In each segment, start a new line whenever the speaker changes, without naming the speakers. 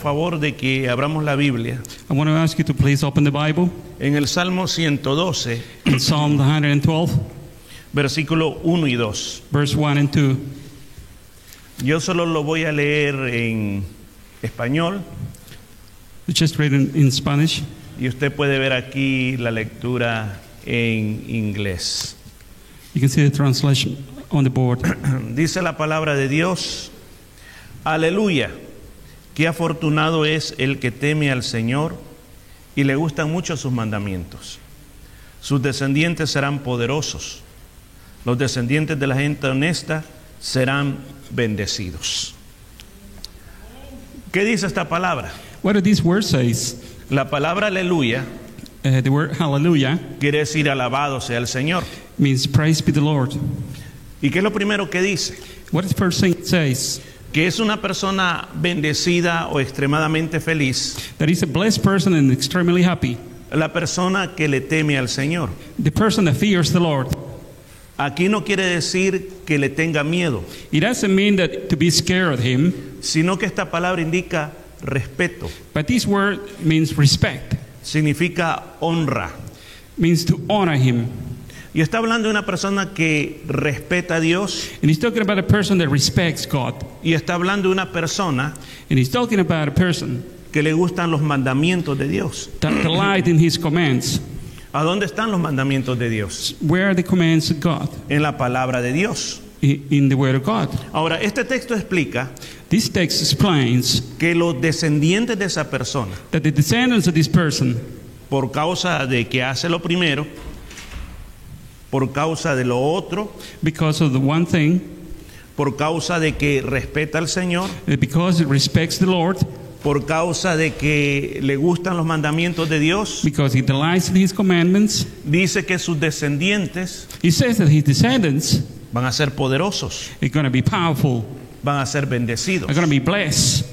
favor de que abramos la Biblia
I want to ask you to please open the Bible
en el Salmo 112,
in Psalm 112,
versículo 1 y 2.
verse 1 and 2.
Yo solo lo voy a leer en español
It's just written in Spanish.
y usted puede ver aquí la lectura en inglés.
You can see the translation on the board.
Dice la palabra de Dios, aleluya, qué afortunado es el que teme al Señor y le gustan mucho sus mandamientos. Sus descendientes serán poderosos, los descendientes de la gente honesta serán bendecidos. ¿Qué dice esta palabra?
What do these words says?
La palabra aleluya
Uh, the word hallelujah
quiere decir alabado sea el Señor.
means praise be the Lord.
¿Y qué es lo primero que dice?
What is the first thing it says?
Que es una persona bendecida o extremadamente feliz
That is a blessed person and extremely happy.
La persona que le teme al Señor.
The person that fears the Lord.
Aquí no quiere decir que le tenga miedo,
It doesn't mean that to be scared of him,
sino que esta palabra indica respeto,
but this word means respect,
significa honra.
means to honor him.
Y está hablando de una persona que respeta a Dios
And he's talking about a person that respects God.
y está hablando de una persona
And he's talking about a person
que le gustan los mandamientos de Dios.
that delight in his commands.
¿A dónde están los mandamientos de Dios?
Where are the commands of God?
En la palabra de Dios.
I- In the Word of God.
Ahora, este texto explica
This text explains
que los descendientes de esa persona,
that the descendants of this person,
por causa de que hace lo primero, por causa de lo otro,
because of the one thing,
por causa de que respeta al Señor,
uh, because it respects the Lord,
por causa de que le gustan los mandamientos de Dios,
because he delights in his commandments,
dice que sus descendientes
he says that his descendants
van a ser poderosos,
are going to be powerful,
van a ser bendecidos.
are going to be blessed.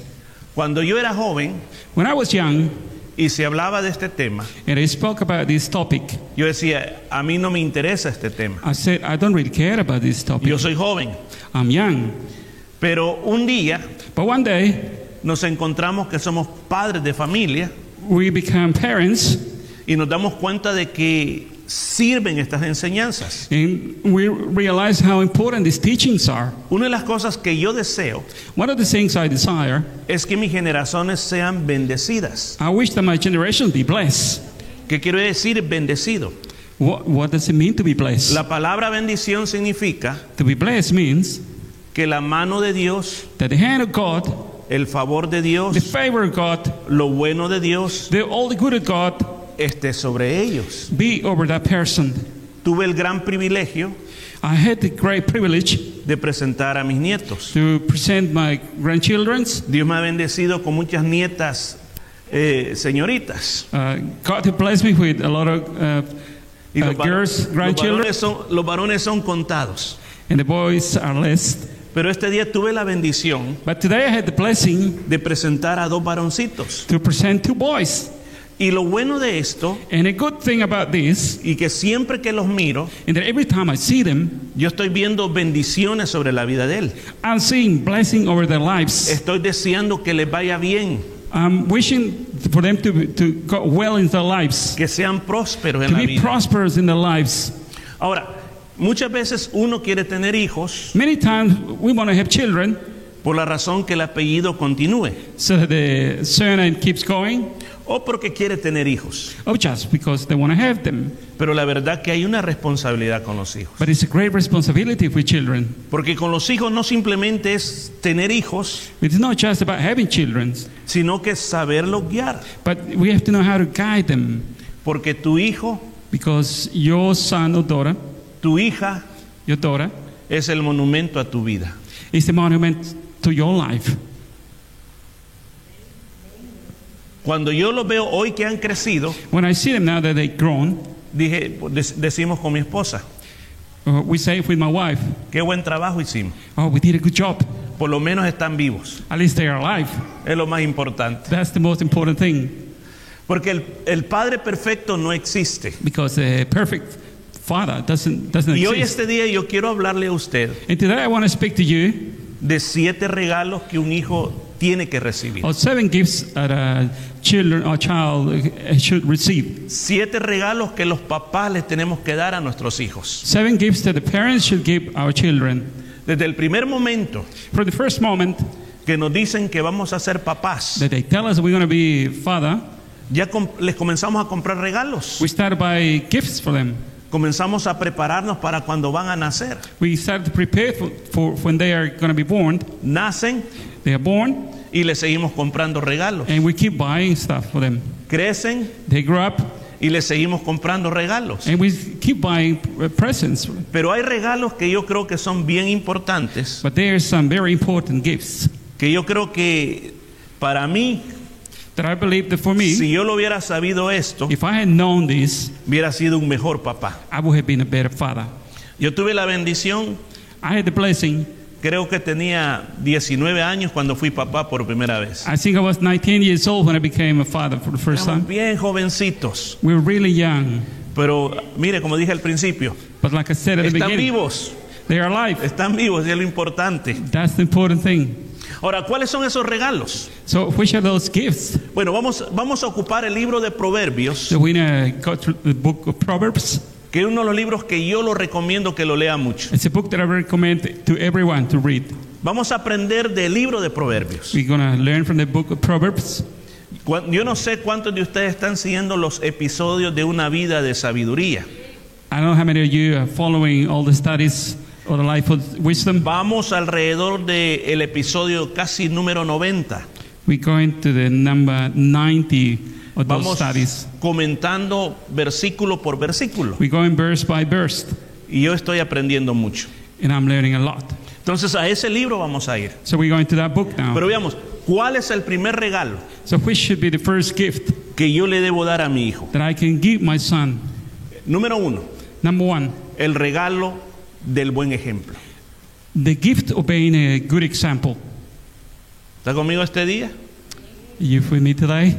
Cuando yo era joven
When I was young
y se hablaba de este tema,
and I spoke about this topic,
yo decía, a mí no me interesa este tema,
I said, I don't really care about this topic.
yo soy joven.
I'm young.
Pero un día
But one day,
nos encontramos que somos padres de familia
we become parents
y nos damos cuenta de que sirven estas enseñanzas.
and we realize how important these teachings are.
Una de las cosas que yo deseo
One of the things I desire,
es que mis generaciones sean bendecidas.
I wish that my generation be blessed.
¿Qué quiere decir bendecido?
What, what does it mean to be blessed?
La palabra bendición significa
To be blessed means
que la mano de Dios,
that the hand of God,
el favor de
the
Dios,
favor of God,
lo bueno de Dios
the all the good of God
esté sobre ellos.
be over that person.
Tuve el gran privilegio
I had the great privilege
de presentar a mis nietos.
to present my grandchildren's.
Dios me ha bendecido con muchas nietas eh, señoritas.
Uh, God has blessed me with a lot of uh,
Y
uh,
los, va-
girls,
los
grandchildren,
varones son, los varones son contados.
and the boys are less.
Pero este día tuve la bendición
But today I had the blessing
de presentar a dos varoncitos.
to present two boys.
Y lo bueno de esto,
And a good thing about this
y que siempre que los miro,
is that every time I see them,
Yo estoy viendo bendiciones sobre la vida de él.
I'm seeing blessing over their lives.
Estoy deseando que les vaya bien,
I'm wishing for them to, to go well in their lives,
que sean prósperos en
to
la
be
vida.
prosperous in their lives.
Ahora, muchas veces uno quiere tener hijos
Many times we want to have children
por la razón que el apellido continúe
so that the surname keeps going,
o porque quiere tener hijos.
or just because they want to have them.
Pero la verdad que hay una responsabilidad con los hijos.
But it's a great responsibility with children.
Porque con los hijos no simplemente es tener hijos,
It's not just about having children,
sino que es saberlos guiar.
but we have to know how to guide them
Porque tu hijo,
because your son or daughter,
tu hija,
your daughter,
es el monumento a tu vida.
is the monument to your life.
Cuando yo los veo hoy que han crecido,
When I see them now that they've grown,
dije, dec- decimos con mi esposa,
uh, we say with my wife,
Qué buen trabajo hicimos.
Oh, we did a good job.
Por lo menos están vivos.
At least they are alive.
Es lo más importante.
That's the most important thing
Porque el, el Padre perfecto no existe.
because a perfect father doesn't doesn't
Y hoy
exist.
este día yo quiero hablarle a usted
And today I want to speak to you
de siete regalos que un hijo tiene que recibir.
Or seven gifts that a children or child uh, should receive.
Siete regalos que los papás les tenemos que dar a nuestros hijos.
Seven gifts that the parents should give our children.
Desde el primer momento
From the first moment
que nos dicen que vamos a ser papás,
that they tell us we're going to be father,
ya com- les comenzamos a comprar regalos.
we start by gifts for them.
Comenzamos a prepararnos para cuando van a nacer.
We start to prepare for, for when they are going to be born.
Nacen
They are born,
y les seguimos comprando regalos.
and we keep buying stuff for them.
Crecen
They grow up,
y les seguimos comprando regalos.
and we keep buying uh, presents.
Pero hay regalos que yo creo que son bien importantes,
But there are some very important gifts
que yo creo que para mí,
that I believe that for me,
si yo lo hubiera sabido esto,
if I had known this,
hubiera sido un mejor papá.
I would have been a better father.
Yo tuve la bendición,
I had the blessing.
creo que tenía 19 años cuando fui papá por primera vez.
I think I was 19 years old when I became a father for the first
Éramos
time.
bien jovencitos,
We were really young,
pero mire, como dije al principio,
but like I said at the
están
beginning,
vivos,
they are alive.
están vivos y es lo importante.
That's the important thing.
Ahora, ¿cuáles son esos regalos?
So, which are those gifts?
Bueno, vamos, vamos a ocupar el libro de Proverbios,
So, we uh, got through the book of Proverbs.
que es uno de los libros que yo lo recomiendo que lo lea mucho.
It's a book that I recommend to everyone to read.
Vamos a aprender del libro de Proverbios.
We're going to learn from the book of Proverbs.
Cuan- Yo no sé cuántos de ustedes están siguiendo los episodios de una vida de sabiduría.
I don't know how many of you are following all the studies of the life of wisdom.
Vamos alrededor del episodio casi número 90.
We're going to the number 90 of those
Vamos
studies.
comentando versículo por versículo.
We're going verse by verse,
Y yo estoy aprendiendo mucho.
and I'm learning a lot.
Entonces a ese libro vamos a ir.
So we're going to that book now.
Pero veamos, ¿cuál es el primer regalo
So which should be the first gift
que yo le debo dar a mi hijo?
that I can give my son?
Número uno,
Number one,
el regalo del buen ejemplo.
the gift of being a good example.
¿Está conmigo este día?
You with me today?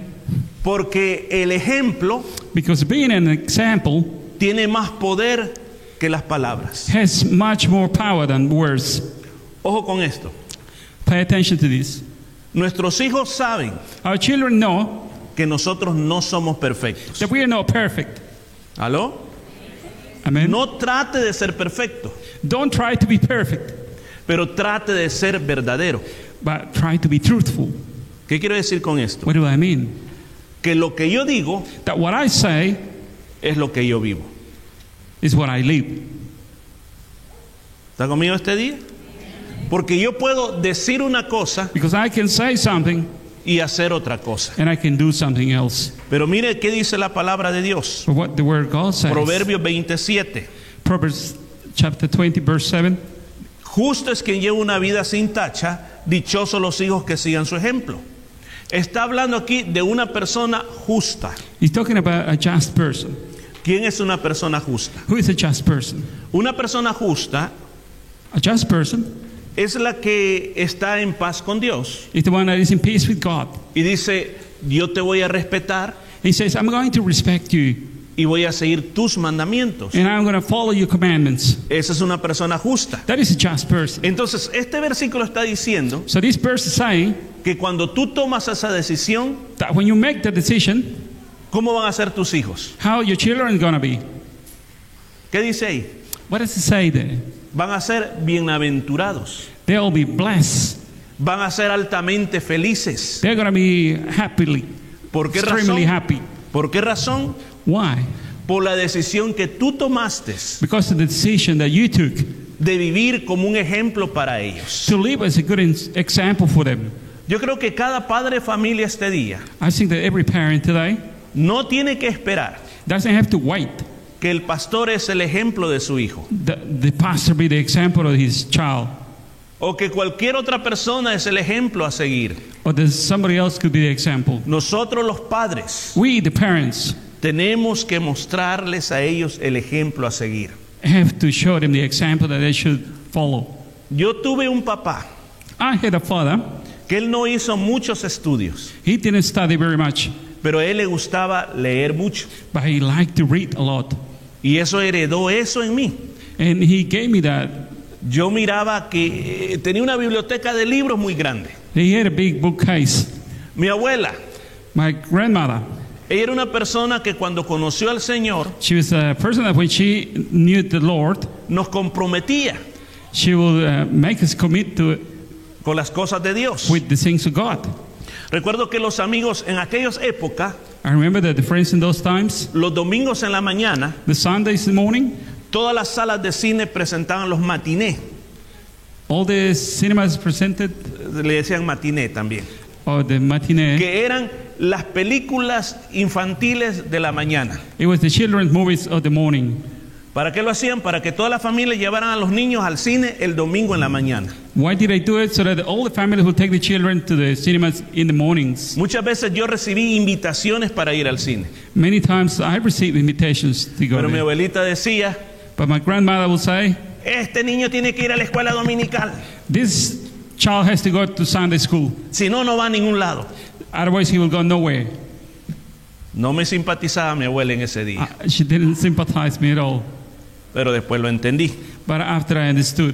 Porque el ejemplo
Because being an example
tiene más poder que las palabras.
has much more power than words.
Ojo con esto.
Pay attention to this.
Nuestros hijos saben
Our children know
que nosotros no somos perfectos.
that we are not perfect.
¿Aló?
Amen.
No trate de ser perfecto,
Don't try to be perfect,
pero trate de ser verdadero.
but try to be truthful.
¿Qué quiero decir con esto?
What do I mean?
Que lo que yo digo
That what I say
es lo que yo vivo.
is what I live.
¿Está conmigo este día? Porque yo puedo decir una cosa
Because I can say something
y hacer otra cosa.
and I can do something else.
Pero mire qué dice la palabra de Dios.
For what the word God says.
Proverbios 27.
Proverbs chapter 20, verse 7.
Justo es quien lleva una vida sin tacha, dichosos los hijos que sigan su ejemplo. Está hablando aquí de una persona justa.
He's talking about a just person.
¿Quién es una persona justa?
Who is a just person?
Una persona justa
A just person
es la que está en paz con Dios
is the one that is in peace with God.
y dice, yo te voy a respetar
He says, I'm going to respect you
y voy a seguir tus mandamientos.
and I'm going to follow your commandments.
Esa es una persona justa.
That is a just person.
Entonces, este versículo está diciendo
So this person is saying
que cuando tú tomas esa decisión,
that when you make the decision,
¿cómo van a ser tus hijos?
how your children are going to be.
¿Qué dice ahí?
What does it say there?
Van a ser bienaventurados,
They'll be blessed.
van a ser altamente felices.
They're going to be happily,
¿Por qué
extremely
razón?
happy.
¿Por qué razón?
Why?
Por la decisión que tú tomaste
Because of the decision that you took
de vivir como un ejemplo para ellos.
to live as a good ins- example for them.
Yo creo que cada padre de familia este día
I think that every parent today
no tiene que esperar
doesn't have to wait.
que el pastor es el ejemplo de su hijo
The, the pastor be the example of his child,
o que cualquier otra persona es el ejemplo a seguir.
or that somebody else could be the example.
Nosotros los padres
We, the parents,
tenemos que mostrarles a ellos el ejemplo a seguir.
have to show them the example that they should follow.
Yo tuve un papá
I had a father.
que él no hizo muchos estudios,
He didn't study very much,
pero a él le gustaba leer mucho
but he liked to read a lot,
y eso heredó eso en mí.
and he gave me that
yo miraba que eh, tenía una biblioteca de libros muy grande.
He had a big bookcase.
Mi abuela,
My grandmother,
ella era una persona que cuando conoció al Señor
she was uh, a person that when she knew the Lord,
nos comprometía
she would uh, make us commit to
con las cosas de Dios.
with the things of God.
Recuerdo que los amigos en aquellas épocas,
I remember that the friends in those times,
los domingos en la mañana,
the Sundays morning,
todas las salas de cine presentaban los matinés,
all the cinemas presented
eh, le decían matiné también,
or the matinee.
que eran las películas infantiles de la mañana.
It was the children's movies of the morning.
¿Para qué lo hacían? Para que toda la familia llevaran a los niños al cine el domingo en la mañana.
Why did I do it? So that all the families would take the children to the cinemas in the mornings.
Muchas veces yo recibí invitaciones para ir al cine,
Many times I received invitations to go
pero mi
there.
abuelita decía,
But my grandmother would say,
este niño tiene que ir a la escuela dominical,
this child has to go to Sunday school.
si no, no va a ningún lado.
Otherwise he will go nowhere.
No me simpatizaba mi abuela en ese día,
I- Uh, she didn't sympathize me at all.
pero después lo entendí.
But after I understood,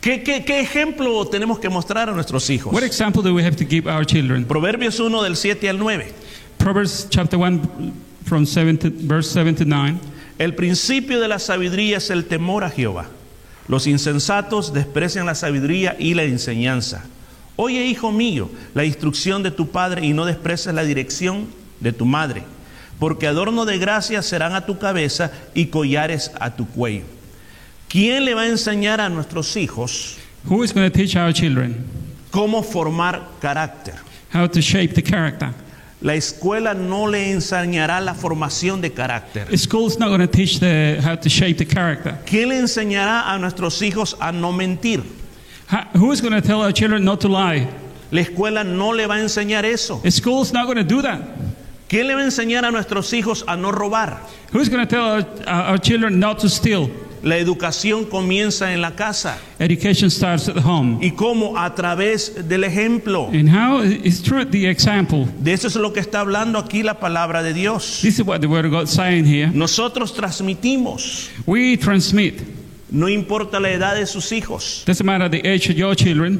¿Qué, qué, qué ejemplo tenemos que mostrar a nuestros hijos?
what example do we have to give our children?
Proverbios 1 del 7 al 9.
Proverbs chapter 1 from 7 to, verse 7 to 9.
El principio de la sabiduría es el temor a Jehová. Los insensatos desprecian la sabiduría y la enseñanza. Oye, hijo mío, la instrucción de tu padre y no desprecies la dirección de tu madre, porque adorno de gracia serán a tu cabeza y collares a tu cuello. ¿Quién le va a enseñar a nuestros hijos
Who is going to teach our children
cómo formar carácter?
how to shape the character?
La escuela no le enseñará la formación de carácter.
School's not going to teach the, how to shape the character.
¿Quién le enseñará a nuestros hijos a no mentir?
How, who is going to tell our children not to lie?
La escuela no le va a enseñar eso.
School's not going to do that.
¿Quién le va a enseñar a nuestros hijos a no robar?
Who's going to tell our, our our children not to steal?
La educación comienza en la casa.
Education starts at home.
¿Y cómo? A través del ejemplo.
And how is through the example?
De eso es lo que está hablando aquí la palabra de Dios.
This is what the Word of God saying here.
Nosotros transmitimos,
We transmit.
no importa la edad de sus hijos,
Doesn't matter the age of your children,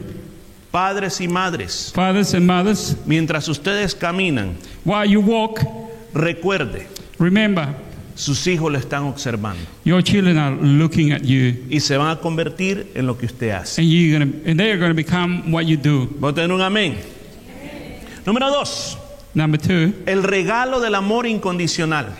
padres y madres.
fathers and mothers.
Mientras ustedes caminan,
While you walk,
recuerde,
remember
sus hijos lo están observando
your children are looking at you,
y se van a convertir en lo que usted hace.
and you gonna and they are going to become what you do.
Vamos a tener un amén. Número dos,
Number two,
el regalo del amor incondicional.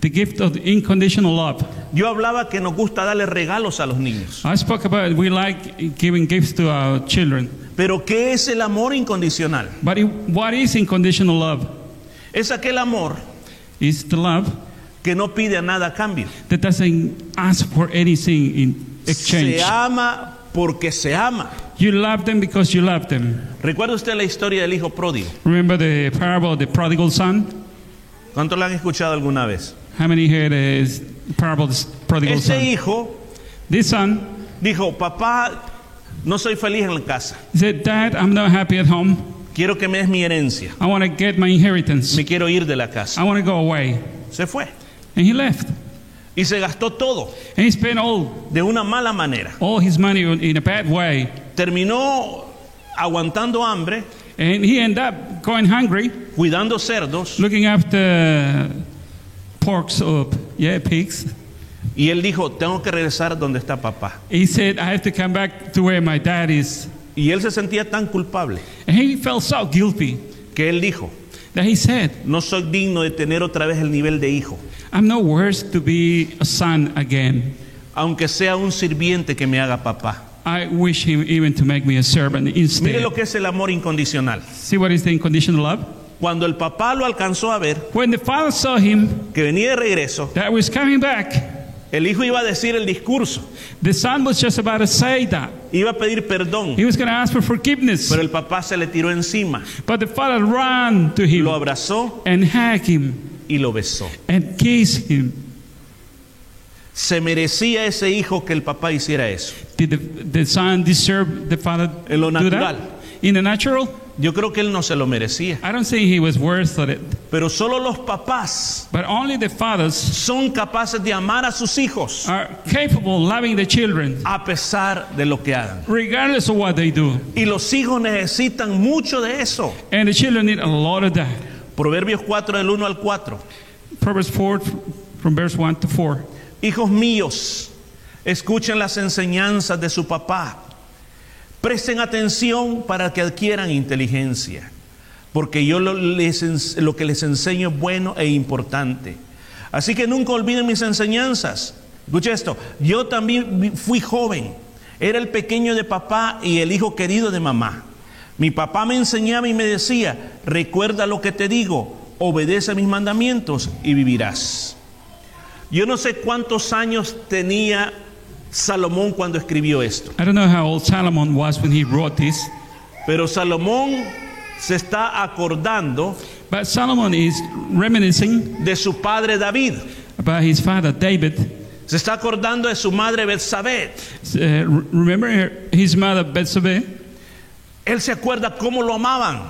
the gift of unconditional love.
Yo hablaba que nos gusta darle regalos a los niños,
I spoke about we like giving gifts to our children,
pero ¿qué es el amor incondicional?
but it, what is unconditional love?
Es aquel amor
It's the love
que no pide a nada a cambio.
that doesn't ask for anything in exchange.
Se ama porque se ama.
You love them because you love them.
¿Recuerda usted la historia del hijo pródigo?
Remember the parable of the prodigal son?
¿Cuánto la han escuchado alguna vez?
How many here the parable of the prodigal
Ese
son?
hijo
This son
dijo, papá, no soy feliz en la casa,
said, Dad, I'm not happy at home.
quiero que me des mi herencia,
I want to get my inheritance.
me quiero ir de la casa.
I want to go away.
Se fue
And he left.
y se gastó todo
And he spent all,
de una mala manera.
all his money in a bad way.
terminó aguantando hambre,
And he ended up going hungry.
cuidando cerdos,
looking after porks or yeah pigs
y él dijo, tengo que regresar donde está papá.
he said i have to come back to where my dad is
Y él se sentía tan culpable
and he felt so guilty
que él dijo,
that he said
no soy digno de tener otra vez el nivel de hijo,
i'm no worse to be a son again
aunque sea un sirviente que me haga papá.
i wish him even to make me a servant
Mire
instead
lo que es el amor incondicional.
see what is the unconditional love
Cuando el papá lo alcanzó a ver,
when the father saw him
que venía de regreso,
that was coming back
el hijo iba a decir el discurso,
the son was just about to say that
iba a pedir perdón,
he was going to ask for forgiveness
pero el papá se le tiró encima,
but the father ran to him
lo abrazó
and hugged him
y lo besó.
and kissed him
Se merecía ese hijo que el papá hiciera eso.
Did the, the son deserve the father
En lo
do
natural.
that? In the natural?
Yo creo que él no se lo merecía.
I don't think he was worth of it,
Pero solo los papás
but only the fathers
son capaces de amar a sus hijos
are capable of loving the children,
a pesar de lo que hagan.
regardless of what they do.
Y los hijos necesitan mucho de eso.
And the children need a lot of that.
Proverbios 4 del 1 al 4.
Proverbs 4, from verse 1 to 4.
Hijos míos, escuchen las enseñanzas de su papá. Presten atención para que adquieran inteligencia, porque yo lo, les ens- lo que les enseño es bueno e importante. Así que nunca olviden mis enseñanzas. Escucha esto, yo también vi- fui joven, era el pequeño de papá y el hijo querido de mamá. Mi papá me enseñaba y me decía, recuerda lo que te digo, obedece mis mandamientos y vivirás. Yo no sé cuántos años tenía Salomón cuando escribió esto,
I don't know how old Solomon was when he wrote this,
pero Salomón se está acordando
but Solomon is reminiscing
de su padre David,
about his father David.
se está acordando de su madre Betsabé.
Uh, re- remember her, his mother Bethsabe?
Él se acuerda cómo lo amaban,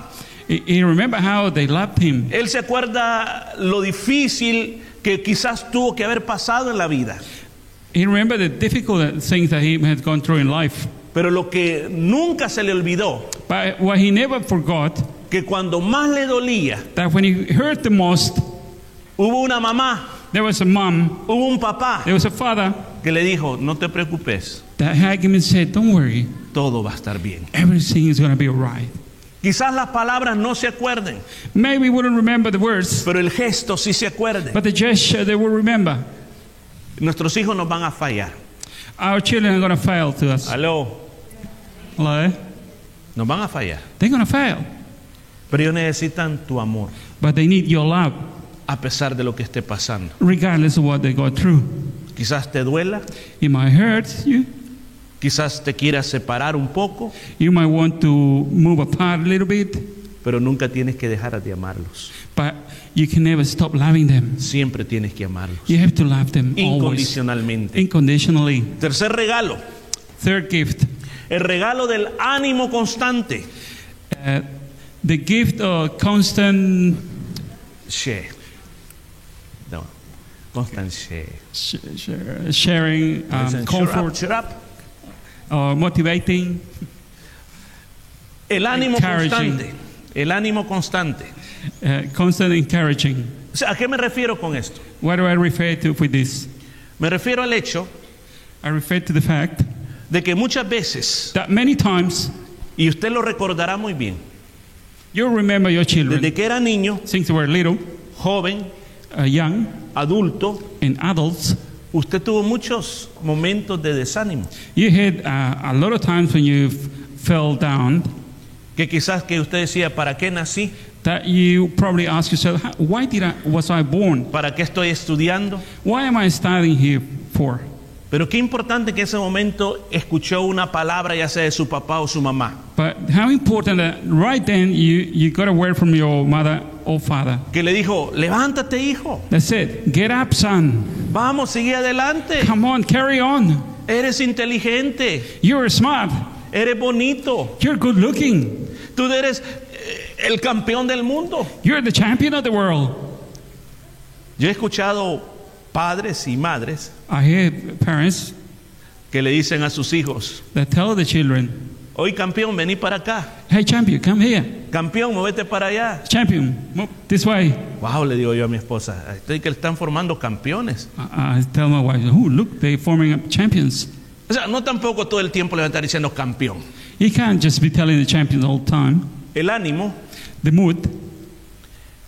He, he remember how they loved him.
él se acuerda lo difícil que quizás tuvo que haber pasado en la vida,
He remember the difficult things that he had gone through in life.
pero lo que nunca se le olvidó,
But what he never forgot
que cuando más le dolía,
that when he hurt the most,
hubo una mamá,
there was a mom,
hubo un papá
there was a father
que le dijo, no te preocupes,
that hugged him and said, "Don't worry,
todo va a estar bien.
everything is gonna be alright."
Quizás las palabras no se acuerden,
Maybe we wouldn't remember the words,
pero el gesto sí se acuerde.
but the gesture they will remember.
Nuestros hijos nos van a fallar.
Our children are gonna fail to us.
Aló,
Hello?
nos van a fallar.
They're gonna fail,
Pero ellos necesitan tu amor,
but they need your love,
a pesar de lo que esté pasando.
regardless of what they go through.
Quizás te duela,
It might hurt you.
quizás te quieras separar un poco,
You might want to move apart a little bit,
pero nunca tienes que dejar de amarlos.
but you can never stop loving them.
Siempre tienes que amarlos,
You have to love them always,
incondicionalmente.
unconditionally.
Tercer regalo,
Third gift,
el regalo del ánimo constante.
uh, the gift of constant
She. No, constant she.
sh- sh- sharing, um,
Listen, shut up,
comfort,
shut up.
or motivating,
El ánimo
Encouraging.
constante. El ánimo constante.
uh, constant encouraging.
O sea, ¿A qué me refiero con esto?
What do I refer to with this?
Me refiero al hecho
I refer to the fact
de que muchas veces,
that many times
y usted lo recordará muy bien,
you remember your children
desde que era niño,
since they were little,
joven,
uh, young,
adulto,
and adults.
usted tuvo muchos momentos de desánimo,
You had uh, a lot of times when you f- fell down
que quizás que usted decía, ¿para qué nací?
that you probably ask yourself, "How- why did I, was I born?
¿Para qué estoy estudiando?
Why am I studying here for?
Pero qué importante que en ese momento escuchó una palabra, ya sea de su papá o su mamá,
But how important that right then you, you got a word from your mother or father
que le dijo, levántate hijo,
that said, get up, son.
vamos, sigue adelante,
Come on, carry on.
eres inteligente,
You're smart.
eres bonito,
You're good looking.
Tú eres eh, el campeón del mundo.
You're the champion of the world.
Yo he escuchado padres y madres
I hear parents
que le dicen a sus hijos,
that tell the children,
hoy campeón, vení para acá.
hey, champion, come here.
Campeón, muévete para allá.
Champion, move this way.
Wow, le digo yo a mi esposa, estoy que están formando campeones.
I, I tell my wife, oh, look, they're forming up champions.
O sea, no tampoco todo el tiempo le van a estar diciendo campeón.
You can't just be telling the champions all the time.
El ánimo
The mood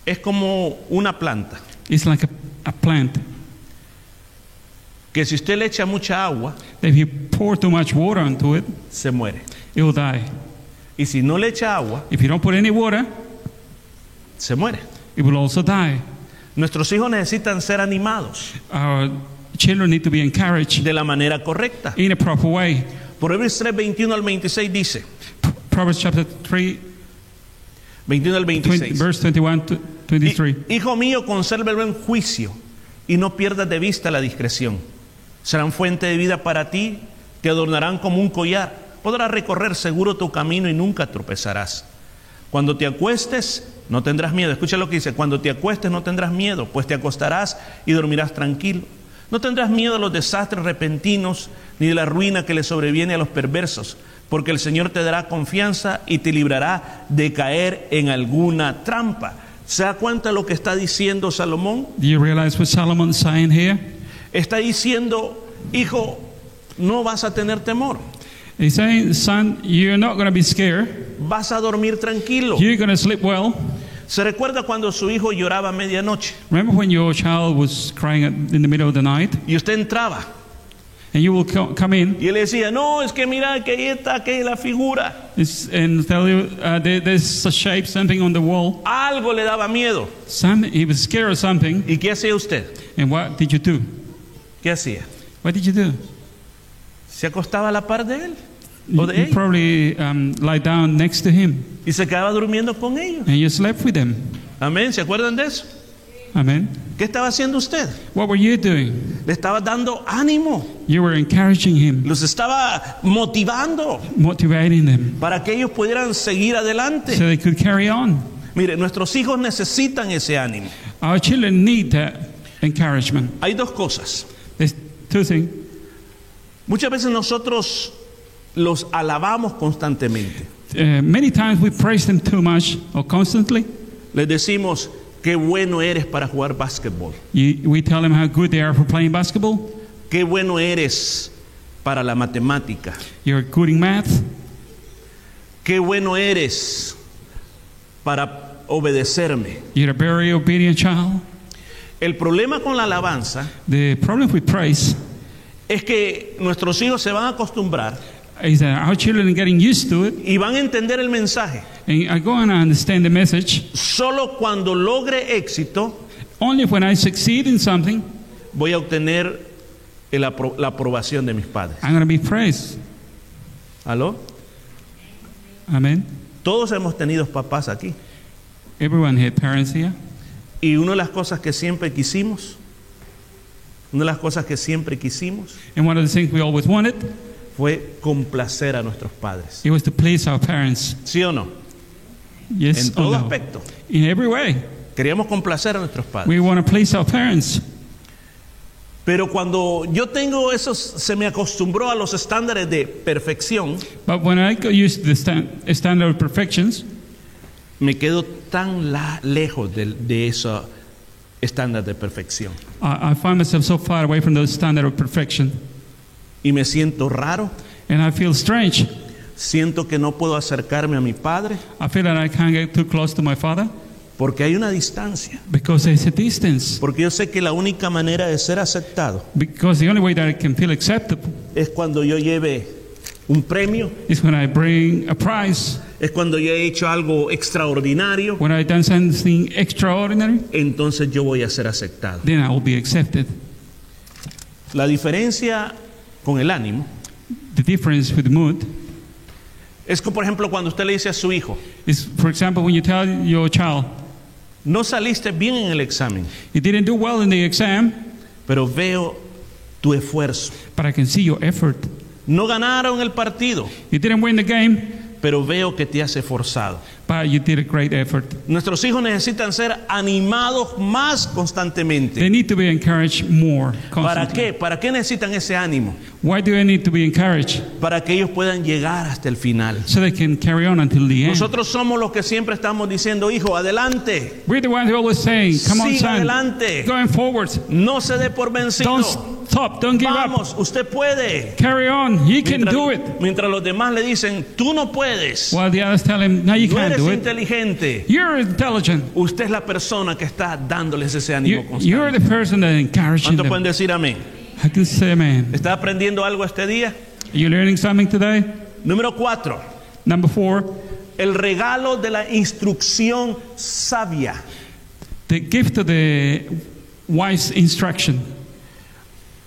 es como una planta,
is like a, a plant
que si usted le echa mucha agua,
that if you pour too much water onto it,
se muere.
it will die.
Y si no le echa agua,
If you don't put any water,
se muere.
it will also die.
Nuestros hijos necesitan ser animados
Our children need to be encouraged
de la manera correcta.
in a proper way.
Proverbios 3, 21 al 26 dice,
Proverbs chapter 3,
21 al
20
26.
verse 21 to 23.
Hi- Hijo mío, conserva el buen juicio y no pierdas de vista la discreción. Serán fuente de vida para ti, te adornarán como un collar. Podrás recorrer seguro tu camino y nunca tropezarás. Cuando te acuestes, no tendrás miedo. Escucha lo que dice, cuando te acuestes no tendrás miedo, pues te acostarás y dormirás tranquilo. No tendrás miedo a los desastres repentinos ni de la ruina que le sobreviene a los perversos, porque el Señor te dará confianza y te librará de caer en alguna trampa. ¿Se da cuenta lo que está diciendo Salomón?
Do you realize what Solomon's saying here?
Está diciendo, hijo, no vas a tener temor,
He's saying, son, you're not going to be scared.
vas a dormir tranquilo.
You're going to sleep well.
¿Se recuerda cuando su hijo lloraba a medianoche
Remember when your child was crying at- in the middle of the night?
y usted entraba
And you will co- come in
y él decía, no, es que mira que ahí está aquella figura?
it's- and tell you uh, there, there's a shape, something on the wall.
Algo le daba miedo.
Some, he was scared of something.
¿Y qué hacía usted?
And what did you do?
¿Qué hacía?
What did you do?
Se acostaba a la par de él o
You,
de
you
ella
probably um, lie down next to him
y se quedaba durmiendo con ellos.
and you slept with him.
Amén, ¿se acuerdan de eso?
Amen.
¿Qué estaba haciendo usted?
What were you doing?
Le estaba dando ánimo,
You were encouraging him,
los estaba motivando
motivating him,
para que ellos pudieran seguir adelante.
so they could carry on.
Mire, nuestros hijos necesitan ese ánimo.
Our children need that encouragement.
Hay dos cosas.
There's two things.
Muchas veces nosotros los alabamos constantemente.
Uh, many times we praise them too much or constantly.
Les decimos, qué bueno eres para jugar básquetbol,
You, we tell them how good they are for playing basketball.
qué bueno eres para la matemática,
You're good in math.
qué bueno eres para obedecerme.
You're a very obedient child.
El problema con la alabanza
The problem with praise
es que nuestros hijos se van a acostumbrar
is that our children are getting used to it
y van a entender el mensaje.
and are going to understand the message.
Solo cuando logre éxito
Only when I succeed in something,
voy a obtener el apro- la aprobación de mis padres.
I'm going to be praised.
¿Aló?
Amen.
Todos hemos tenido papás aquí.
Everyone here, parents here.
Y una de las cosas que siempre quisimos, una de las cosas que siempre quisimos
And one of the things we always wanted,
fue complacer a nuestros padres.
it was to please our parents.
¿Sí o no?
Yes
En todo
or no?
aspecto.
In every way.
Queríamos complacer a nuestros padres.
We want to please our parents.
Pero cuando yo tengo esos, se me acostumbró a los estándares de perfección,
But when I got used to the stan- standard of perfections,
me quedo tan la- lejos de, de esos estándares de perfección.
I, I find myself so far away from those standard of perfection.
Y me siento raro,
And I feel strange.
siento que no puedo acercarme a mi padre
I feel that I can't get too close to my father
porque hay una distancia.
because there's a distance.
Porque yo sé que la única manera de ser aceptado
Because the only way that I can feel acceptable
es cuando yo lleve un premio,
is when I bring a prize,
es cuando yo he hecho algo extraordinario,
when I've done something extraordinary,
entonces yo voy a ser aceptado.
then I will be accepted.
La diferencia con el ánimo
The difference with the mood
es que, por ejemplo, cuando usted le dice a su hijo,
is, for example, when you tell your child,
no saliste bien en el examen,
you didn't do well in the exam,
pero veo tu esfuerzo.
but I can see your effort.
No ganaron el partido,
You didn't win the game,
pero veo que te has esforzado.
But you did a great effort.
Nuestros hijos necesitan ser animados más
They
constantemente.
need to be encouraged more
¿Para
constantly.
qué? ¿Para qué necesitan ese ánimo?
Why do they need to be encouraged?
Para que ellos puedan llegar hasta el final.
So they can carry on until the end.
Nosotros somos los que siempre estamos diciendo, hijo, adelante,
We're the ones who always saying, come on,
Siga
son,
adelante.
going forward.
no se dé por
Don't
vencido.
stop, don't give up.
Vamos, usted puede.
Carry on, you can
Mientras,
do it.
mientras los demás le dicen, tú no puedes,
While the others tell him, no, you
no
can't
eres
do it.
inteligente.
You're intelligent.
Usted es la persona que está dándoles ese ánimo
You, you're
constante.
the person that encouraging
¿Cuántos pueden
them.
decir amén?
I can say, man,
¿Está aprendiendo algo este día?
you learning something today?
Número cuatro,
Number four,
el regalo de la instrucción sabia.
the gift of the wise instruction.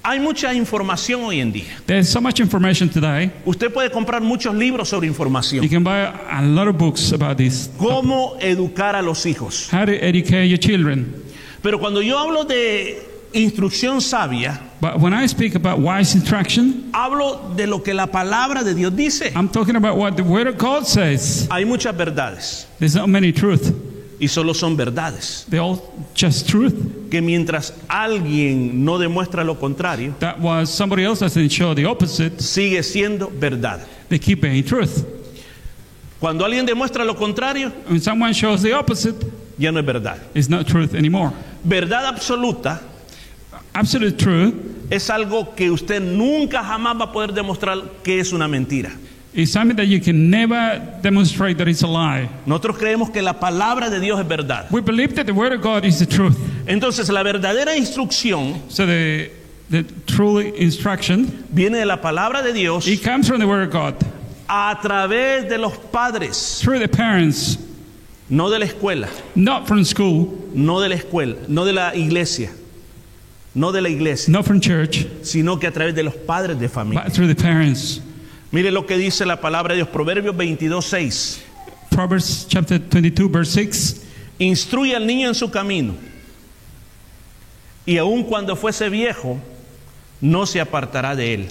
Hay mucha información hoy en día.
There's so much information today.
Usted puede comprar muchos libros sobre
You
información.
can buy a lot of books about this.
Cómo educar a los hijos.
How to educate your children.
Pero cuando yo hablo de instrucción sabia,
But when I speak about wise instruction,
Hablo de lo que la palabra de Dios dice.
I'm talking about what the Word of God says.
Hay muchas verdades
There's not many truth.
y solo son verdades.
They're all just truth.
Que mientras alguien no demuestra lo contrario,
That was somebody else doesn't show the opposite.
sigue siendo verdad.
They keep being truth.
Cuando alguien demuestra lo contrario,
When someone shows the opposite,
ya no es verdad.
it's not truth anymore.
Verdad absoluta
Absolute truth
es algo que usted nunca jamás va a poder demostrar que es una mentira.
is something that you can never demonstrate that it's a lie.
Nosotros creemos que la palabra de Dios es verdad.
We believe that the Word of God is the truth.
Entonces la verdadera instrucción
So the the true instruction
viene de la palabra de Dios
it comes from the Word of God
a través de los padres,
through the parents,
no de la escuela,
not from school,
no de la escuela, no de la iglesia, no de la iglesia,
not from church,
sino que a través de los padres de familia.
but through the parents.
Mire lo que dice la palabra de Dios, Proverbios 22, 6.
Proverbs chapter 22 verse 6.
Instruye al niño en su camino, y aun cuando fuese viejo, no se apartará de él.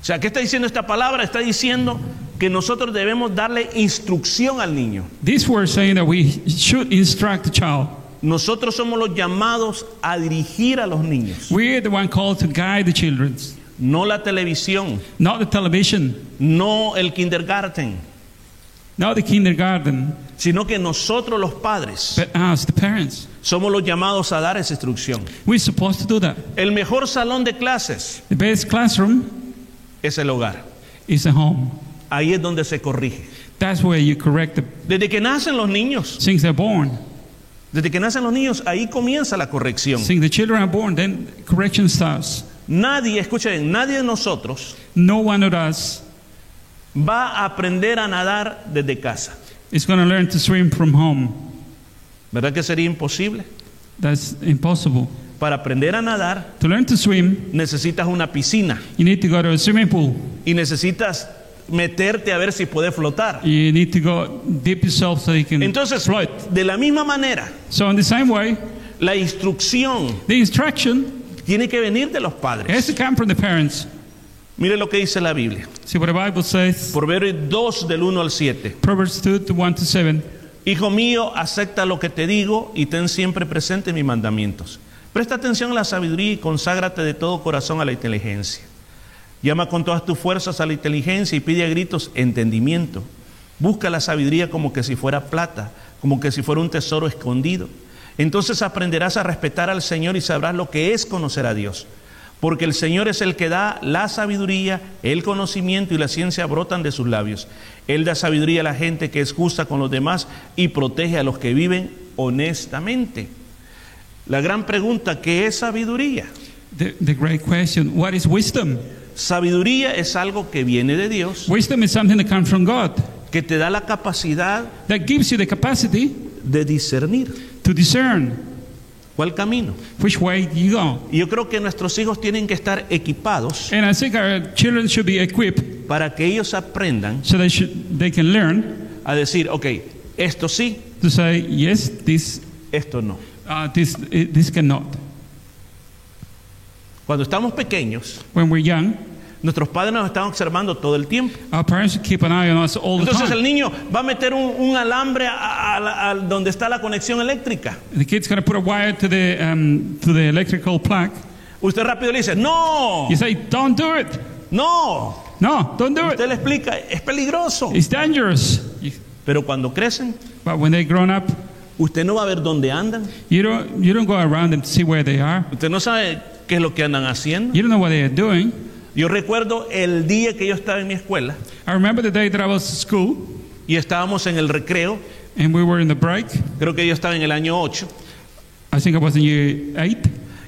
O sea, ¿qué está diciendo esta palabra? Está diciendo que nosotros debemos darle instrucción al niño.
This word saying that we should instruct the child.
Nosotros somos los llamados a dirigir a los niños,
We're the one called to guide the children,
no la televisión,
not the television,
no el kindergarten,
not the kindergarten,
sino que nosotros los padres
but us, the parents.
somos los llamados a dar esa instrucción.
We're supposed to do that.
El mejor salón de clases
The best classroom
es el hogar.
is the home.
Ahí es donde se corrige.
That's where you correct the
Desde que nacen los niños,
since they're born.
desde que nacen los niños, ahí comienza la corrección.
Since the children are born, then correction starts.
Nadie, escuchen, nadie de nosotros
No one of us
va a aprender a nadar desde casa.
is going to learn to swim from home.
¿Verdad que sería imposible?
That's impossible.
Para aprender a nadar
To learn to swim,
necesitas una piscina
you need to go to a swimming pool.
y necesitas meterte a ver si puedes flotar.
You need to go dip yourself so you can
Entonces,
float.
de la misma manera,
So in the same way,
la instrucción
the instruction
tiene que venir de los padres.
has to come from the parents.
Mire lo que dice la Biblia.
See what the Bible says.
Proverbios 2 del 1 al 7.
Proverbs 2 to 1 to 7.
Hijo mío, acepta lo que te digo y ten siempre presente mis mandamientos. Presta atención a la sabiduría y conságrate de todo corazón a la inteligencia. Llama con todas tus fuerzas a la inteligencia y pide a gritos entendimiento. Busca la sabiduría como que si fuera plata, como que si fuera un tesoro escondido. Entonces aprenderás a respetar al Señor y sabrás lo que es conocer a Dios. Porque el Señor es el que da la sabiduría, el conocimiento y la ciencia brotan de sus labios. Él da sabiduría a la gente que es justa con los demás y protege a los que viven honestamente. La gran pregunta, ¿qué es sabiduría?
The, the great question what is wisdom?
Sabiduría es algo que viene de Dios,
Wisdom is something that comes from God
que te da la capacidad
that gives you the capacity
de discernir
to discern
cuál camino.
which way you go.
Y yo creo que nuestros hijos tienen que estar equipados
And I think our children should be equipped
para que ellos aprendan
so they, should, they can learn
a decir, ok, esto sí,
to say, yes, this,
esto no.
uh, this, eh, this cannot.
Cuando estamos pequeños,
When we're young,
nuestros padres nos están observando todo el tiempo.
our parents should keep an eye on us all the
Entonces el
time.
niño va a meter un, un alambre a- a- a la- a donde está la conexión eléctrica.
The kid's going to put a wire to the, um, to the electrical plug.
Usted rápido le dice, no,
You say, don't do it.
no.
No, don't do it.
Usted le explica, es peligroso.
It's dangerous. You-
Pero cuando crecen,
But when they're grown up,
usted no va a ver dónde andan.
you don't, you don't go around them to see where they are.
Usted no sabe qué es lo que andan haciendo.
You don't know what they are doing.
Yo recuerdo el día que yo estaba en mi escuela
I remember the day that I was at school
y estábamos en el recreo,
and we were in the break.
creo que yo estaba en el año 8,
I think I was in year eight.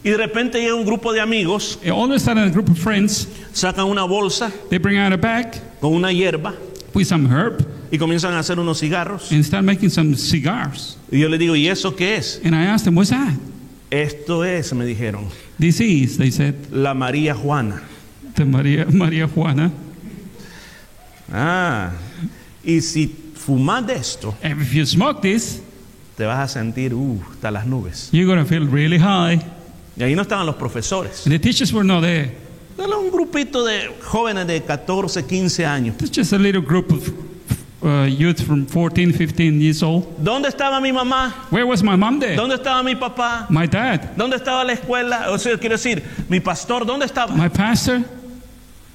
y de repente llega un grupo de amigos,
And all of a sudden, a group of friends
sacan una bolsa
they bring out a bag
con una hierba
with some herb
y comienzan a hacer unos cigarros.
and start making some cigars.
Y yo les digo, ¿y eso qué es?
And I asked them, "What's that?"
Esto es, me dijeron,
This is, they said,
la María Juana.
the Maria Maria Juana.
Ah, y si fumas de esto,
And if you smoke this,
te vas a sentir, uh, hasta las nubes.
you're gonna feel really high.
Y ahí no estaban los profesores.
And the teachers were not there.
Era un grupito de jóvenes de 14, 15 años.
It's just a little group of uh, youth from 14, 15 years old.
¿Dónde estaba mi mamá?
Where was my mom there?
¿Dónde estaba mi papá?
My dad?
¿Dónde estaba la escuela? O sea, quiero decir, mi pastor, ¿dónde estaba?
My pastor?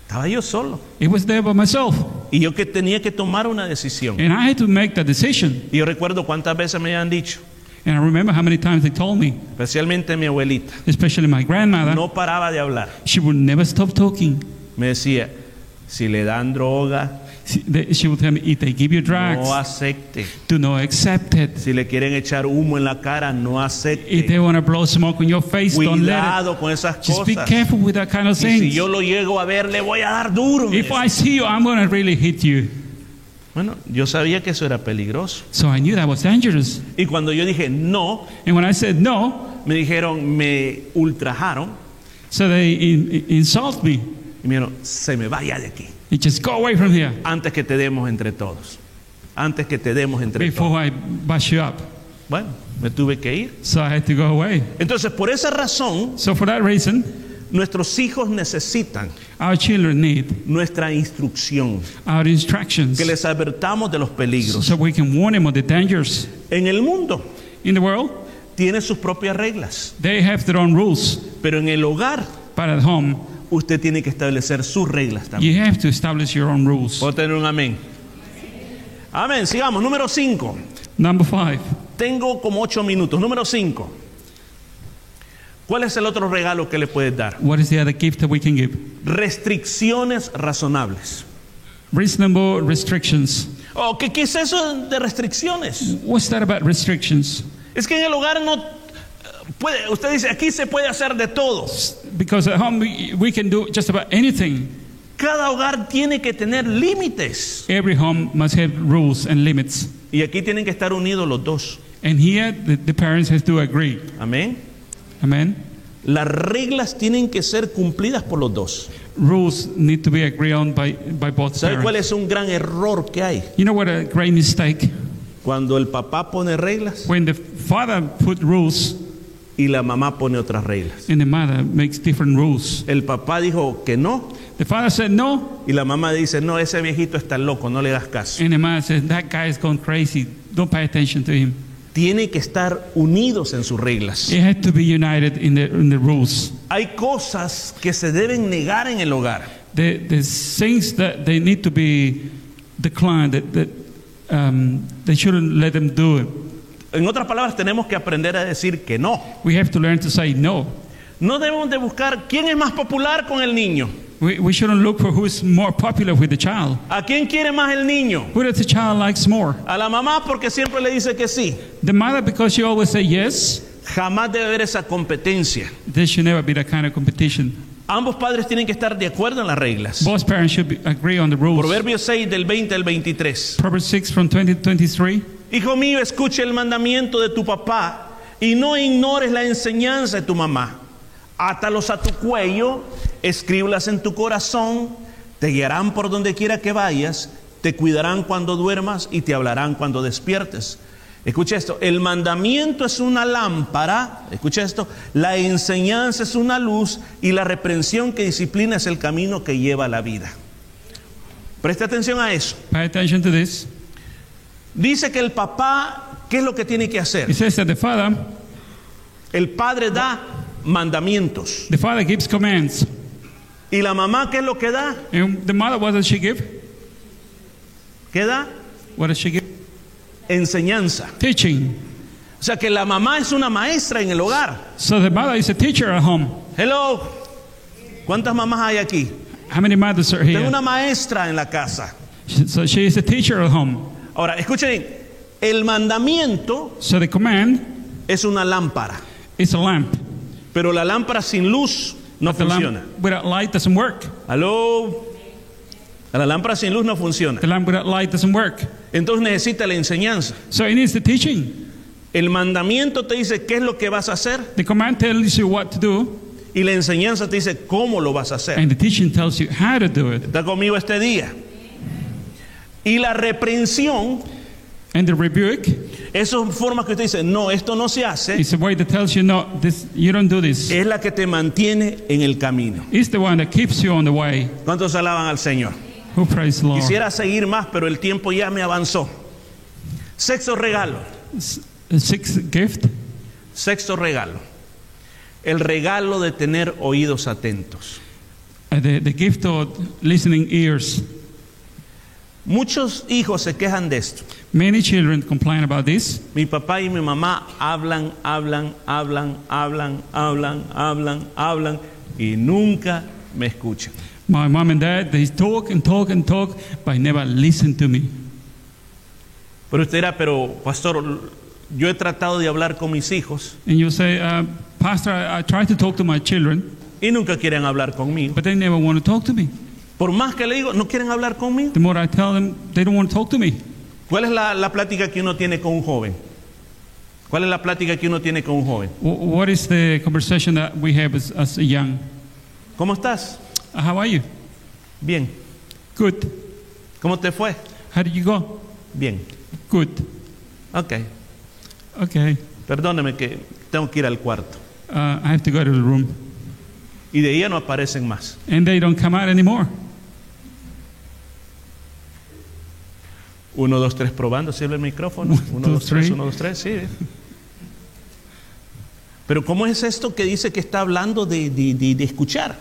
Estaba yo solo.
It was there by myself.
Y yo que tenía que tomar una decisión.
And I had to make that decision.
Y yo recuerdo cuántas veces me han dicho,
And I remember how many times they told me,
especialmente mi abuelita,
especially my grandmother,
no paraba de hablar.
she would never stop talking.
Me decía, si le dan droga,
She, they, she would tell me, if they give you drugs,
no acepte.
do not accept it.
Si le quieren echar humo en la cara, no
If
acepte.
they want to blow smoke on your face, don't let it.
Cuidado con esas
Just be
cosas.
careful with that kind of
Y si
thing.
yo lo llego a ver, le voy a dar duro. me
If
decía.
I see you, I'm going to really hit you.
Bueno, yo sabía que eso era peligroso.
So I knew that was dangerous.
Y cuando yo dije no,
And when I said no,
me dijeron, me ultrajaron.
so they in, in- insult me.
Y me dijeron, se me vaya de aquí.
They just go away from here
Antes que te demos entre todos. Antes que te demos entre todos.
before I bash you up.
Bueno, me tuve que ir.
So I had to go away.
Entonces, por esa razón,
So for that reason,
nuestros hijos necesitan
our children need
nuestra instrucción.
our instructions
Que les advertamos de los peligros.
so we can warn them of the dangers
En el mundo
in the world.
tiene sus propias reglas.
They have their own rules,
Pero en el hogar,
but at home,
usted tiene que establecer sus reglas también.
you have to establish your own rules.
¿Puedo tener un amén? Amén. Sigamos. Número 5.
Number five,
Tengo como ocho minutos. Número 5. ¿Cuál es el otro regalo que le puedes dar?
what is the other gift that we can give?
Restricciones razonables.
Reasonable restrictions.
¿O ¿qué, qué es eso de restricciones?
What's that about restrictions?
Es que en el hogar no eh, puede. Usted dice aquí se puede hacer de todo.
Because at home we, we can do just about anything.
Cada hogar tiene que tener límites.
Every home must have rules and limits.
Y aquí tienen que estar unidos los dos.
And here the, the parents have to agree.
Amén.
Amen.
Las reglas tienen que ser cumplidas por los dos.
Rules need to be agreed on by, by both
¿Sabe cuál
parents.
es un gran error que hay?
You know what a great mistake?
Cuando el papá pone reglas
When the father put rules
y la mamá pone otras reglas.
and the mother makes different rules.
El papá dijo que no
The father said no,
y la mamá dice, no, ese viejito está loco, no le das caso.
and the mother said that guy has gone crazy. Don't pay attention to him.
Tiene que estar unidos en sus reglas.
It had to be united in the, in the rules.
Hay cosas que se deben negar en el hogar.
The, the things that they need to be declined, that, that um, they shouldn't let them do it.
En otras palabras, tenemos que aprender a decir que no.
We have to learn to say no.
No debemos de buscar quién es más popular con el niño.
We, we shouldn't look for who's more popular with the child.
¿A quién quiere más el niño?
Who does the child likes more?
A la mamá porque siempre le dice que sí.
The mother, because she always say yes,
Jamás debe haber esa competencia.
there should never be that kind of competition.
Ambos padres tienen que estar de acuerdo en las reglas.
Both parents should be, agree on the rules.
Proverbios 6 del 20 al 23.
Proverbs 6 from 20 to 23.
Hijo mío, escucha el mandamiento de tu papá y no ignores la enseñanza de tu mamá. Átalos a tu cuello, escríbelas en tu corazón, te guiarán por donde quiera que vayas, te cuidarán cuando duermas y te hablarán cuando despiertes. Escucha esto, el mandamiento es una lámpara, escucha esto, la enseñanza es una luz y la reprensión que disciplina es el camino que lleva a la vida. Presta atención a eso.
Pay attention to this.
Dice que el papá, ¿qué es lo que tiene que
It
hacer?
says that the father,
El padre da mandamientos.
the father gives commands,
¿Y la mamá qué es lo que da?
and the mother, what does she give?
¿Qué da?
What does she give?
Enseñanza.
Teaching.
O sea que la mamá es una maestra en el hogar.
So the mother is a teacher at home.
Hello. ¿Cuántas mamás hay aquí?
How many mothers are
Tengo
here?
una maestra en la casa.
So she is a teacher at home.
Ahora, escuchen, bien. el mandamiento
So the command
es una lámpara,
is a lamp.
pero la lámpara sin luz no
The
funciona.
lamp without light doesn't work.
Hello. La lámpara sin luz no funciona.
The lamp without light doesn't work.
Entonces necesita la enseñanza.
So it needs the teaching.
El mandamiento te dice qué es lo que vas a hacer
The command tells you what to do,
y la enseñanza te dice cómo lo vas a hacer.
and the teaching tells you how to do it.
Está conmigo este día. Y la reprensión
And the rebuke
Esas formas que usted dice, no, esto no se hace,
is the way that tells you, no, this, you don't do this.
es la que te mantiene en el camino.
It's the one that keeps you on the way.
¿Cuántos alaban al Señor?
Who praise the Lord.
Quisiera seguir más, pero el tiempo ya me avanzó. Sexto regalo,
S- Sixth gift
sexto regalo. El regalo de tener oídos atentos.
Uh, the, the gift of listening ears.
Muchos hijos se quejan de esto.
Many children complain about this.
Mi papá y mi mamá hablan, hablan, hablan, hablan, hablan, hablan, hablan y nunca me escuchan.
My mom and dad, they talk and talk and talk, but never listen to me.
Pero usted dirá, pero pastor, yo he tratado de hablar con mis hijos
And you say, uh, Pastor, I, I try to talk to my children,
y nunca quieren hablar conmigo.
but they never want to talk to me.
Por más que le digo, no quieren hablar conmigo.
The more I tell them, they don't want to talk to me.
¿Cuál es la, la plática que uno tiene con un joven? ¿Cuál es la plática que uno tiene con un joven?
Wh- what is the conversation that we have as, as a young?
¿Cómo estás?
Uh, how are you?
Bien.
Good.
¿Cómo te fue?
How did you go?
Bien.
Good.
Ok.
Okay.
Perdóneme que tengo que ir al cuarto.
Uh, I have to go to the room.
Y de ahí ya no aparecen más.
And they don't come out anymore.
Uno, dos, tres, probando, sirve el micrófono. Uno,
two,
dos, tres,
three.
uno, dos, tres, sí. Pero ¿cómo es esto que dice que está hablando de, de- de- de escuchar?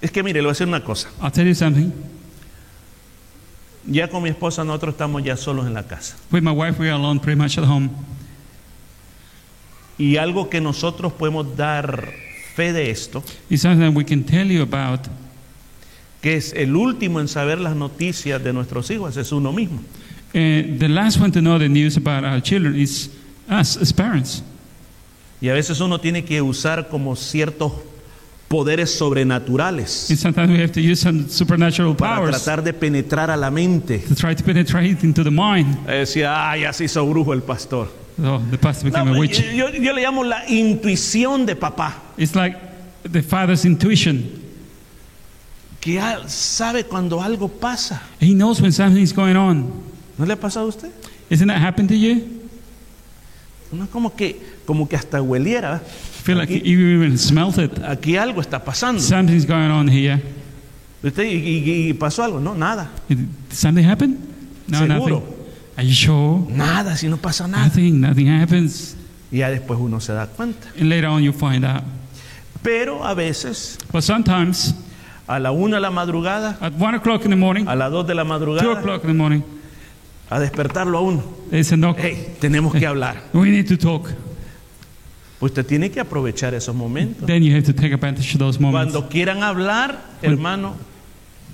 Es que mire, le voy a decir una cosa.
I'll tell you something.
Ya con mi esposa nosotros estamos ya solos en la casa.
With my wife, we are alone pretty much at home.
Y algo que nosotros podemos dar fe de esto,
It's something that we can tell you about.
que es el último en saber las noticias de nuestros hijos, es uno mismo.
And Uh, the last one to know the news about our children is us as parents.
Y a veces uno tiene que usar como ciertos poderes sobrenaturales
And sometimes we have to use some supernatural
para
powers
tratar de penetrar a la mente.
to try to penetrate into the mind.
Eh, Decía, ay, así hizo brujo el pastor.
So the pastor became
No,
a witch.
yo, yo le llamo la intuición de papá,
It's like the father's intuition.
que ya sabe cuando algo pasa.
He knows when something is going on.
¿No le ha pasado a usted?
Isn't that happened to you?
No como que, como que hasta hueliera. ¿eh?
I feel like you even smelt it.
Aquí algo está pasando.
Something's going on here.
¿Usted, y, y- y pasó algo? No, nada.
It, something happened? No,
Seguro.
nothing. Are you sure?
Nada, si no pasa nada.
Nothing. Nothing happens.
Y ya después uno se da cuenta.
And later on, you find out.
Pero a veces,
But sometimes,
a la una de la madrugada,
at one o'clock in the morning,
a las dos de la
two
madrugada,
o'clock in the morning,
a despertarlo a uno.
there's a knock.
Hey, tenemos que hablar.
We need to talk.
Pues Usted tiene que aprovechar esos momentos.
Then you have to take advantage of those moments.
Cuando quieran hablar, hermano,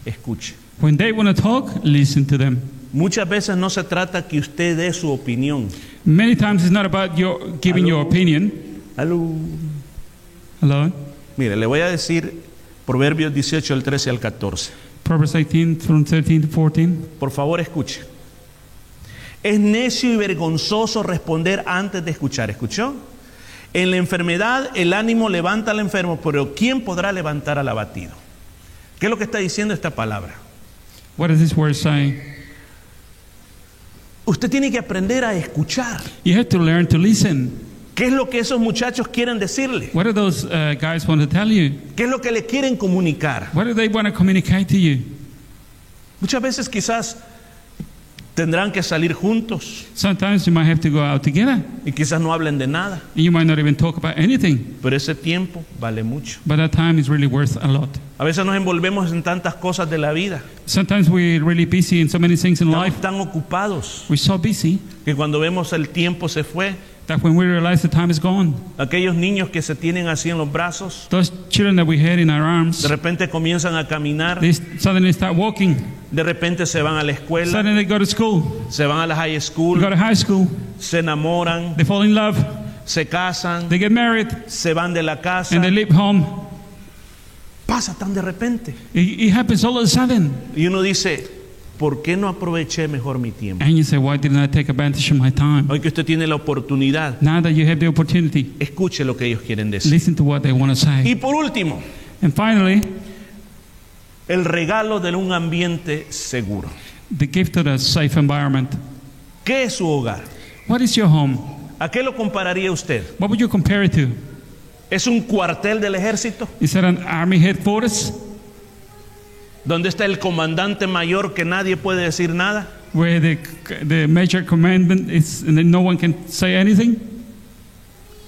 escuche.
When they want to talk, listen to them.
Muchas veces no se trata que usted dé su opinión.
Many times it's not about your giving your
Hello.
opinion.
Aló.
Hello.
Mire, le voy a decir Proverbios 18, el 13 al 14.
Proverbs 18 from 13 to 14.
Por favor, escuche. Es necio y vergonzoso responder antes de escuchar. ¿Escuchó? En la enfermedad el ánimo levanta al enfermo, pero ¿quién podrá levantar al abatido? ¿Qué es lo que está diciendo esta palabra?
What is this word saying?
Usted tiene que aprender a escuchar.
You have to learn to listen.
¿Qué es lo que esos muchachos quieren decirle?
What do those uh, guys want to tell you?
¿Qué es lo que le quieren comunicar?
What do they want to communicate to you?
Muchas veces quizás tendrán que salir juntos
Sometimes you might have to go out together. and
y quizás no hablen de nada,
You might not even talk about anything,
pero ese tiempo vale mucho.
but that time is really worth a lot.
A veces nos envolvemos en tantas cosas de la vida,
Sometimes we're really busy in so many things in life.
estamos tan ocupados
We're so busy
que cuando vemos el tiempo se fue,
that when we realize the time is gone,
aquellos niños que se tienen así en los brazos,
those children that we had in our arms,
de repente comienzan a caminar,
they suddenly start walking.
de repente se van a la escuela,
Suddenly they go to school,
se van a la high
they go
school,
to high school,
se enamoran,
they fall in love,
se casan,
they get married,
se van de la casa,
and they leave home.
pasa tan de repente.
It, it happens all of a sudden.
Y uno dice, ¿por qué no aproveché mejor mi tiempo?
And you say, Why didn't I take advantage of my time?
Hoy que usted tiene la oportunidad,
Now that you have the opportunity,
escuche lo que ellos quieren decir.
listen to what they want to say.
Y por último,
And finally,
el regalo de un ambiente seguro.
They gifted a safe environment.
¿Qué es su hogar?
What is your home?
¿A qué lo compararía usted?
What would you compare it to?
¿Es un cuartel del ejército?
Is that an army headquarters
¿Donde está el comandante mayor que nadie puede decir nada?
where the, the major commandment is and then no one can say anything?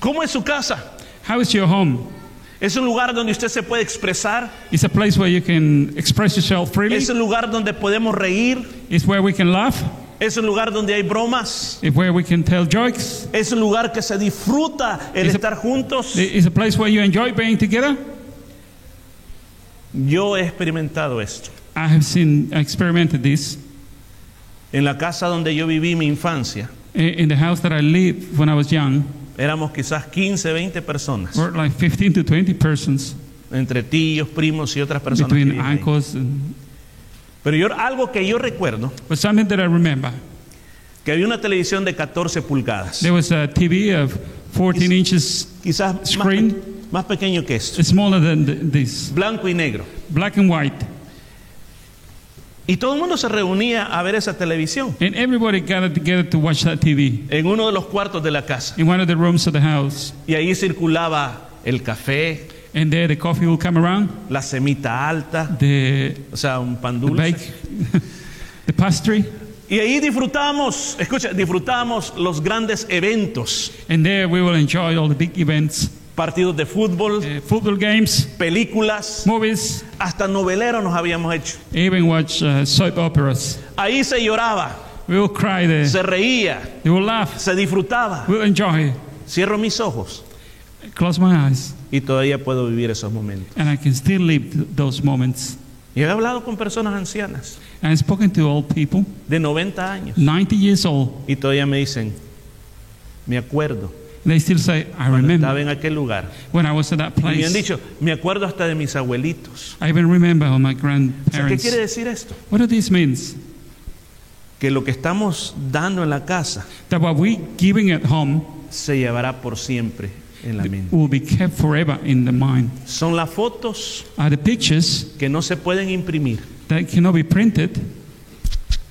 ¿Cómo es su casa?
How is your home?
¿Es un lugar donde usted se puede expresar?
It's a place where you can express yourself freely.
¿Es un lugar donde podemos reír?
It's where we can laugh.
¿Es un lugar donde hay bromas?
It's where we can tell jokes.
¿Es un lugar que se disfruta el
Ese-
estar juntos?
It's a place where you enjoy being together.
Yo he experimentado esto.
I have seen, I experimented this
En la casa donde yo viví mi infancia,
i- in the house that I lived when I was young.
éramos quizás 15, 20 personas,
Were like 15 to 20 persons
entre tíos, primos y otras personas. que
between
vivían ahí.
uncles. And,
Pero yo, algo que yo recuerdo,
but something that I remember,
que había una televisión de 14 pulgadas,
there was a TV of 14 inches
quizás más,
Screen.
pe- más pequeño que esto,
smaller than th- this,
blanco y negro.
black and white.
Y todo el mundo se reunía a ver esa televisión
And everybody gathered together to watch that TV
en uno de los cuartos de la casa.
in one of the rooms of the house.
Y ahí circulaba el café,
And there the coffee will come around,
la semita alta,
the,
o sea, un pan
the
dulce.
bake, the pastry.
Y ahí disfrutamos, escucha, disfrutamos los grandes eventos,
And there we will enjoy all the big events,
partidos de fútbol,
uh, football games,
películas,
movies,
hasta noveleros nos habíamos hecho.
even watch uh, soap operas.
Ahí se lloraba,
We will cry there.
se reía,
We will laugh.
se disfrutaba.
We'll enjoy.
Cierro mis ojos
Close my eyes.
y todavía puedo vivir esos momentos.
And I can still live th- those moments.
Y he hablado con personas ancianas
I've spoken to old people,
de 90 años
90 years old.
y todavía me dicen, me acuerdo,
They still say, I
cuando estaba
remember
en aquel lugar.
when I was at that
Y me han
place.
dicho, me acuerdo hasta de mis abuelitos.
I even remember all
O
my
sea, ¿Qué
grandparents.
quiere decir esto?
What do this means?
Que lo que estamos dando en la casa
That what we giving at home
se llevará por siempre en la mente.
will be kept forever in the mind.
Son las fotos
Are the pictures
que no se pueden imprimir,
that cannot be printed,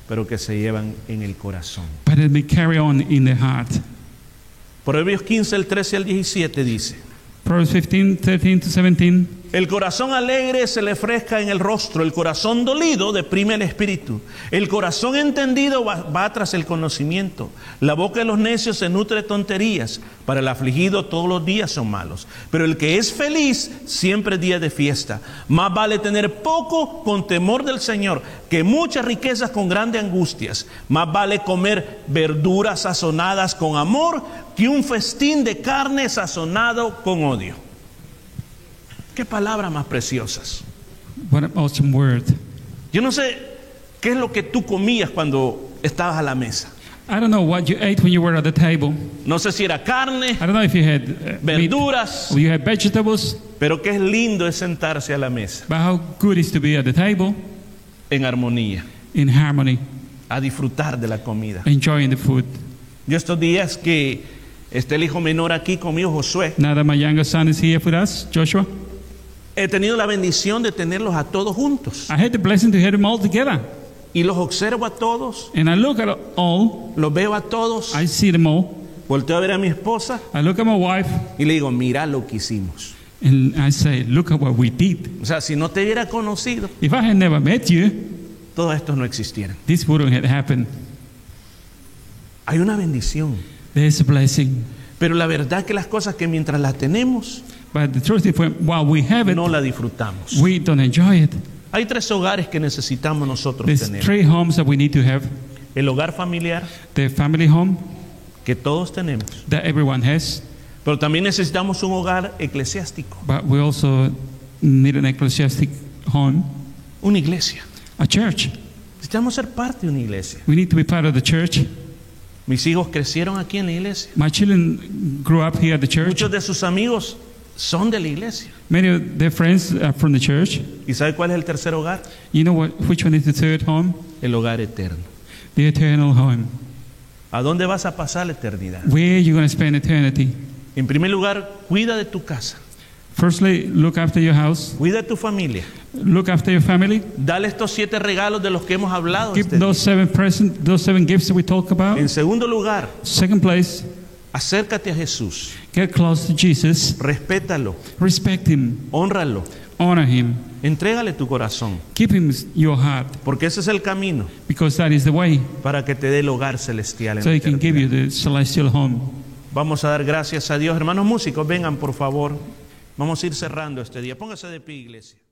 pero que se llevan en el corazón.
but they be carry on in the heart.
Proverbios 15, el 13 al 17 dice,
Proverbs 15, 13 to 17.
el corazón alegre se le fresca en el rostro, el corazón dolido deprime el espíritu, el corazón entendido va, va tras el conocimiento, la boca de los necios se nutre de tonterías, para el afligido todos los días son malos, pero el que es feliz siempre es día de fiesta, más vale tener poco con temor del Señor que muchas riquezas con grandes angustias, más vale comer verduras sazonadas con amor que un festín de carne sazonado con odio. Qué palabras más preciosas.
What an awesome word.
Yo no sé qué es lo que tú comías cuando estabas a la mesa.
I don't know what you ate when you were at the table.
No sé si era carne,
I don't know if you had uh, meat,
verduras,
or you had vegetables,
pero qué es lindo es sentarse a la mesa
but how good it is to be at the table
en armonía,
in harmony,
a disfrutar de la comida.
enjoying the food.
Yo estos días que está el hijo menor aquí conmigo, Josué,
Now that my younger son is here with us, Joshua,
he tenido la bendición de tenerlos a todos juntos
I had the blessing to have them all together.
y los observo a todos,
And I look at all,
los veo a todos,
I see them all.
volteo a ver a mi esposa
I look at my wife
y le digo, mira lo que hicimos.
and I say, Look at what we did.
O sea, si no te hubiera conocido,
If I had never met you,
todos estos no existieran.
this wouldn't have happened.
Hay una bendición.
There's a blessing.
Pero la verdad que las cosas que mientras las tenemos,
But the truth is, when, while we have it,
no las disfrutamos.
we don't enjoy it.
Hay tres hogares que necesitamos nosotros
There's
tener.
three homes that we need to have
El hogar familiar
the family home
que todos tenemos.
that everyone has,
Pero también necesitamos un hogar eclesiástico,
but we also need an ecclesiastic home,
una iglesia.
a church.
Necesitamos ser parte de una iglesia.
We need to be part of the church.
Mis hijos crecieron aquí en la iglesia.
My children grew up here at the church.
Muchos de sus amigos son de la iglesia.
Many of their friends are from the church.
¿Y sabe cuál es el tercer hogar?
You know what, which one is the third home?
El hogar eterno.
The eternal home.
¿A dónde vas a pasar la eternidad?
Where you going to spend eternity?
En primer lugar, cuida de tu casa.
Firstly, look after your house,
Cuida tu familia.
look after your family.
Dale estos siete regalos de los que hemos hablado.
Keep
este día.
those seven presents, those seven gifts that we talk about.
En segundo lugar,
Second place,
acércate a Jesús.
get close to Jesus,
Respétalo.
respect him,
Honralo.
honor him,
Entrégale tu corazón.
give him your heart,
Porque ese es el camino
because that is the way.
para que te dé el hogar celestial. en
So
la
he can give
eternidad.
you the celestial home.
Vamos a dar gracias a Dios. Hermanos músicos, vengan por favor. Vamos a ir cerrando este día. Póngase de pie, iglesia.